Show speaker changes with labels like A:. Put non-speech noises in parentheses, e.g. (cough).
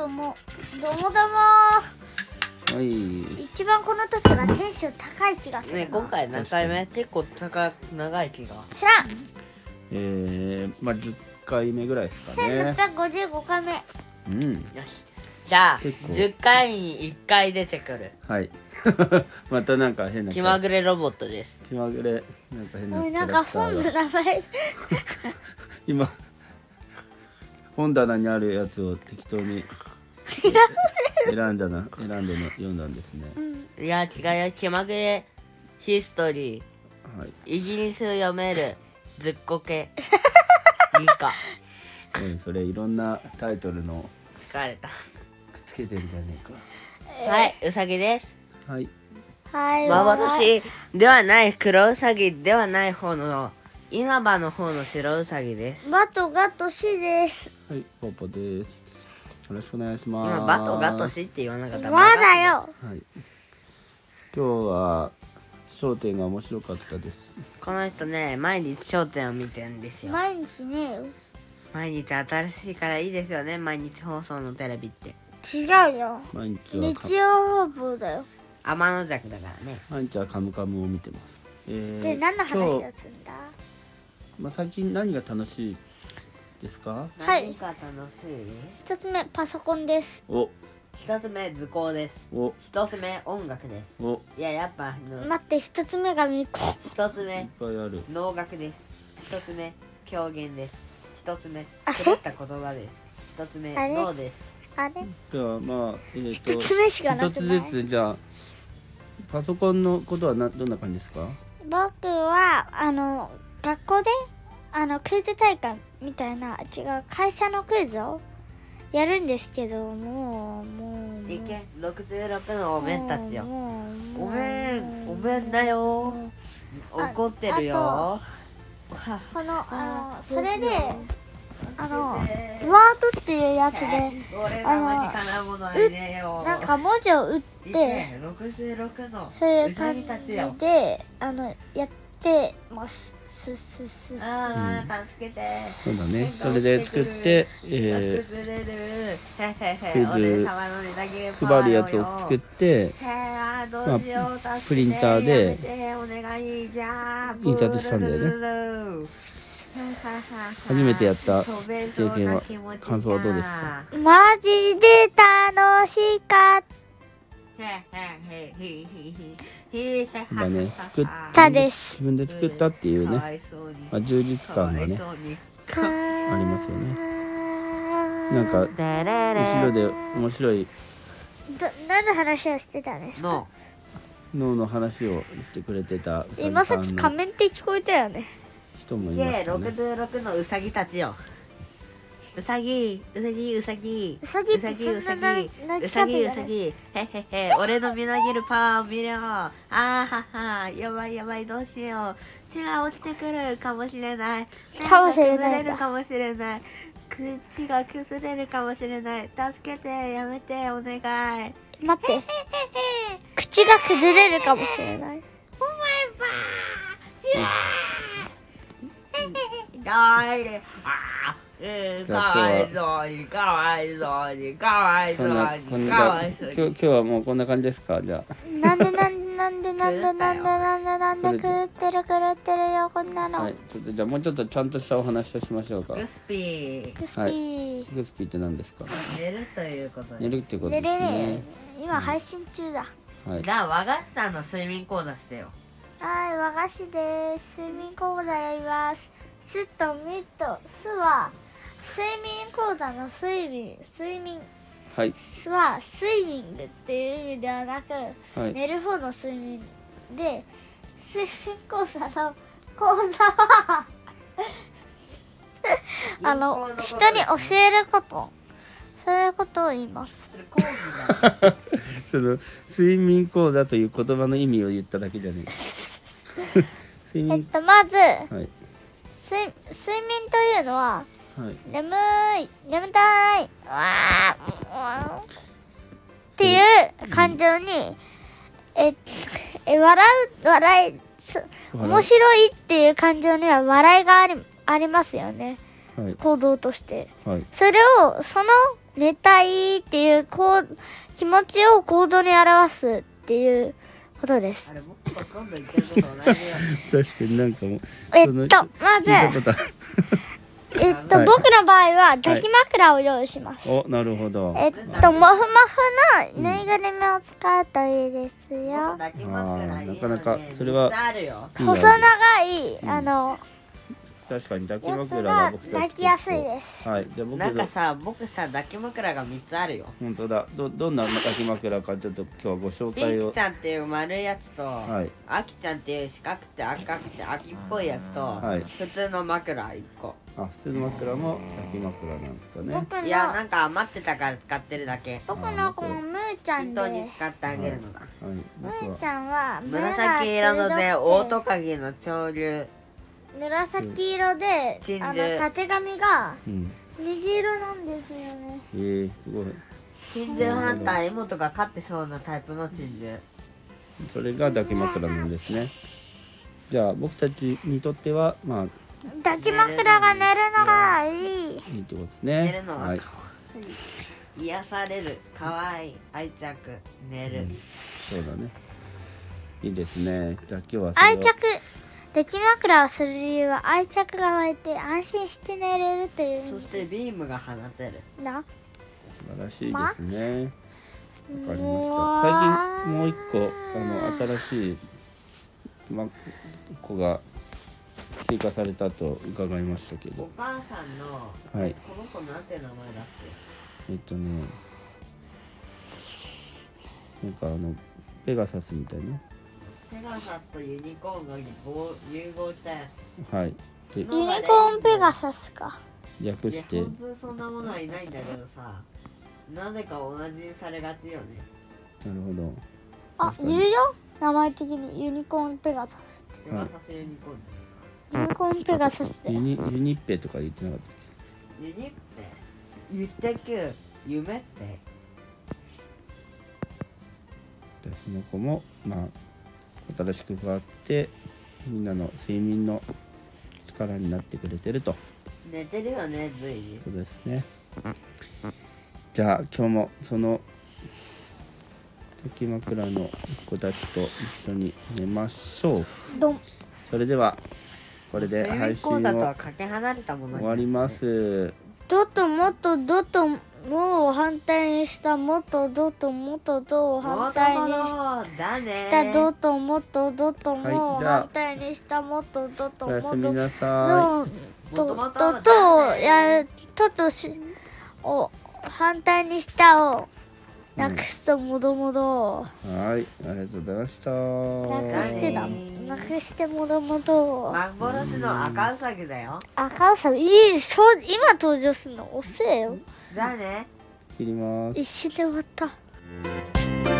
A: どうもどうも
B: はい
A: 一番この時はテンション高い気がするな
C: ね今回何回目結構高長い気が
A: 知らん
B: えー、まあ10回目ぐらいですかね
A: 1655回目
B: うん
C: よしじゃあ
B: 結構
C: 10回に1回出てくる
B: はい (laughs) またなんか変な
C: 気まぐれロボットです
B: 気まぐれなんか変な
A: お
B: キ
A: い
B: ャ
A: なん
B: ラク
A: か
B: タ
A: 本
B: ー
A: の
B: が
A: 名前
B: 今本棚にあるやつを適当に選んだな選んだの読んだんですね、
C: いや違うよ気まぐれヒストリ
B: はい
C: ーイギリスを読めるずっこ
B: (laughs)
C: けいいか
B: うんそれいろんなタイトルの
C: 疲れた
B: くっつけてるじゃね
C: はいうさぎです
B: えかはい
A: はい
C: 幻ではない黒うさぎではない方の稲葉の方の白うさぎです
A: バトガトシです
B: はいポポですよろしくお願いします
C: 今バトガトシって言わなかった
A: まだよ
B: はい。今日は商店が面白かったです。
C: この人ね毎日『商店を見てるんですよ
A: 毎日ね
C: 毎日新しいからいいですよね毎日放送のテレビって
A: 違うよ
B: 毎日はか
A: 日曜放送だよ
C: 天の弱だからね
B: 毎日はカムカムを見てます。えー
A: で何の話
B: 今
A: を
B: 日
A: すんだ
B: まあ最近何が楽しいですか？
A: はい
C: 何か楽しい
A: 一つ目パソコンです
B: お
C: 一つ目図工です
B: お
C: 一つ目音楽で
B: お
C: すいややっぱあの
A: 待って一つ目が3つ
C: 一つ
B: いっ
C: 目
B: ぱいある。
C: 能楽です一つ目狂言です一つ目狂った言葉です一つ目
A: あれ
C: 脳です
A: あれ
B: じゃあまあえっ、と
A: 一つ目しかなくない
B: 一つずつじゃあパソコンのことはなどんな感じですか？
A: 僕はあの学校であのクイズ大会みたいな違う会社のクイズをやるんですけどもうもう
C: いけ66のお
A: お
C: 面たちよ
A: もう
C: お面
A: もう
C: お面だよ怒ってるよ
A: このあのそれであのワー
C: で
A: ドっていうやつで
C: 俺様にかなうものはいねえよ
A: なんか文字を打っ
C: い
A: て
C: け66の
A: そういう
C: うさ
A: 感
C: ぎ
A: じ
C: たちよ
A: であのやってますすすすす
C: ああ助けて
B: そうだね。それで作って、え
C: 崩れる (laughs) へへ
B: クイ
C: へ
B: ズ
C: 俺様のネタゲー
B: ー、
C: ム
B: 配るやつを作っ。
C: ってへえあーどうしよう助けて
B: プリンターで
C: やめてお願いじゃあ
B: 印刷したんだよね
C: ブルルルル
B: 初めてやった
C: 飛べそうな
B: 経験は
C: 気 (laughs) 持ちだ
B: 感想はどうですか
A: マジで楽しかっ
B: まあね作った
A: です
B: 自分で作ったっていう
C: か
B: ね
C: わ。いそうに
B: まあ、充実感がね
C: かわいそうに
B: ありますよねなんか後ろで面白い
A: ど何の話をしてたんですか
C: の
B: 脳の話をしてくれてたうさぎ
A: 今さっき
B: ん
A: 仮面って聞こえたよね
B: 人もいましたね
C: 66のうさぎたちようさぎうさぎうさぎ
A: うさぎ
C: うさぎうさぎ
A: そんな泣き
C: うさぎ
A: 泣き方じ
C: う
A: ゃない
C: さぎへへへ俺のみなぎるパワーを見ろあーははやばいやばいどうしよう手が落ちてくるかもしれない
A: かもしれないんだ
C: 手が崩れるかもしれない口が崩れるかもしれない助けてやめてお願い
A: 待って口が崩れるかもしれない
C: お前ばーかわいいあーかわいそうにかわいそうにかわいそ
B: そ
C: うんに
B: なこんな
C: かわい
B: 感じ
C: そ
B: 今日今
C: うに
B: 日はもうこんな感じですかじゃ
A: なんでなんでなんでなんでなんでなんでなんで狂ってる狂ってるよこんな
B: あは
A: の
B: いちょっとじゃあもうちょっとちゃんとしたお話をしましょうか
C: グスピー
A: クスピー
B: グスピーって何ですか
C: 寝るということ
B: 寝
C: で
B: るってこと
A: で
B: で
A: で
B: すね
A: 今配信中だ
B: はい
C: じゃあ和菓子さんの睡眠講座してよ
A: はい和菓子です睡眠講座やりますすとみとすは睡眠講座の睡眠睡眠
B: はい
A: すはスイミングっていう意味ではなく、
B: はい
A: 寝る方の睡眠で睡眠講座の講座はあの
C: 銀行のことです
A: 人
C: ね
A: に教えることそういうことを言います
C: それ講義だ
B: その睡眠講座という言葉の意味を言っただけじゃねえ睡
A: えっ
B: 眠
A: とまず
B: はい
A: 睡睡眠というのは
B: はい
A: 眠い眠たいわーうんっていう感情に、ええ笑う笑いそ面白いっていう感情には笑いがありありますよね
B: はい
A: 行動として
B: はい
A: それをその寝たいっていうこう気持ちを行動に表すっていうことです
C: あ。れ、僕ほとんど言ってること (laughs) 同じよ。
B: 確かになんかもう
A: えっと
B: その
A: まず
B: 聞いたこ
A: えっと、
B: はい
A: 僕の場合は抱き枕を用意します。
B: とあおなるほど
A: えっと、もふもふのぬいぐるみを使うといいですよ。
C: 抱き枕いいのね
B: あーなかなかそれは
C: 三つあるよ。
B: うん
A: 細長い、あの、
B: 確かに抱き
A: やつ
B: 枕は
A: が
B: 僕たち
A: 抱きやすいです。
B: はいじゃあ僕
C: なんかさ、僕さ、抱き枕が三つあるよ。
B: 本当だどどんな抱き枕かちょっと今日はご紹
C: ピン
B: 介
C: ク
B: を
C: ちゃんっていう丸いやつと、
B: い
C: アキちゃんっていう四角くて赤くて秋っぽいやつと、
B: はい
C: 普通の枕一個。
B: あ普通の枕も抱き枕なんですかね
A: 僕の
C: いや、なんか余ってたから使ってるだけ。
A: 僕の子もムーちゃん
C: 本当に
A: で、
C: 使ってあげるのだ。
B: はい
A: ム
B: 僕は
A: ーちゃんは目が
C: 紫色ので、オ
A: 鋭
C: オ
A: くて
C: トカゲの潮流。
A: 紫色で、
C: 珍
A: あの
C: 獣
A: 縦紙が
B: うん
A: 虹色なんですよね。
B: えー、すごい
C: 珍獣ハンター、妹が飼ってそうなタイプの珍獣。
B: それが抱き枕なんですねじゃあ僕たちにとってはまあ
A: 抱き枕が寝るのがいい。
B: いいってことです
C: 寝
B: ね
C: るのは可
B: は
C: 愛
B: い
C: い、癒される可愛い愛着寝る、
B: そうだねいいですねじゃあ今日はそれを
A: 愛着抱き枕をする理由は愛着が湧いて安心して寝れるという意
C: そ
A: 味
C: してビームが放てる
A: な
B: 素晴らしいですねわかりまし
A: う
B: た
A: わ
B: 最
A: ー
B: 近もう一個あの新しい、ま、子が追加されたと伺いましたけ
C: お
B: ど
C: 母さんの
B: はい
C: この子なんて名前だっ
B: えっとねなんかあのペガサスみたいな
C: けペガサスとユニコーンが合融合したやつ
B: はいで
A: ユニコーンペガサスか
B: 略
C: いや
B: して
C: 本当にそんなものはいないんだけどさなぜか同じにされがちよね
B: なるほど
A: あいるよ名前的にユニコーンペガサスっ
C: ペガサスユニコーン
A: てユニコーンペガサスって
B: ユニユニッペとか言ってなかったっ
C: ユニって言ったけ夢って
B: けでその子もまあ新しく加わってみんなの睡眠の力になってくれてると
C: 寝てるよね随時
B: そうですね。じゃあ今日もその時枕の子たちと一緒に寝ましょう。
A: どん
B: それではこれで
C: 睡
B: 配
C: 眠
B: 信
C: 講座とは
B: を
C: かけ離れたもの
B: 終
C: にな
B: わ
C: って
B: ります。
A: どともっとどともを反対にしたもっとどともっとどを反対にし
C: だね
A: したどともっとどともを
B: はいじゃあ
A: 反対にしたもっとどと
B: お
A: も
B: や
A: っ
B: す
A: と
B: みなさ
A: のとととやととしを反対にしたをなくすともどもど
B: い。はい、ありがとうございました。
A: なくしてだなくしてもどもど
C: 幻の赤ウサギだよ
A: 赤さんいいそう今登場するの遅えよ
C: だね
B: 切ります。
A: 一瞬で終わった。
C: 「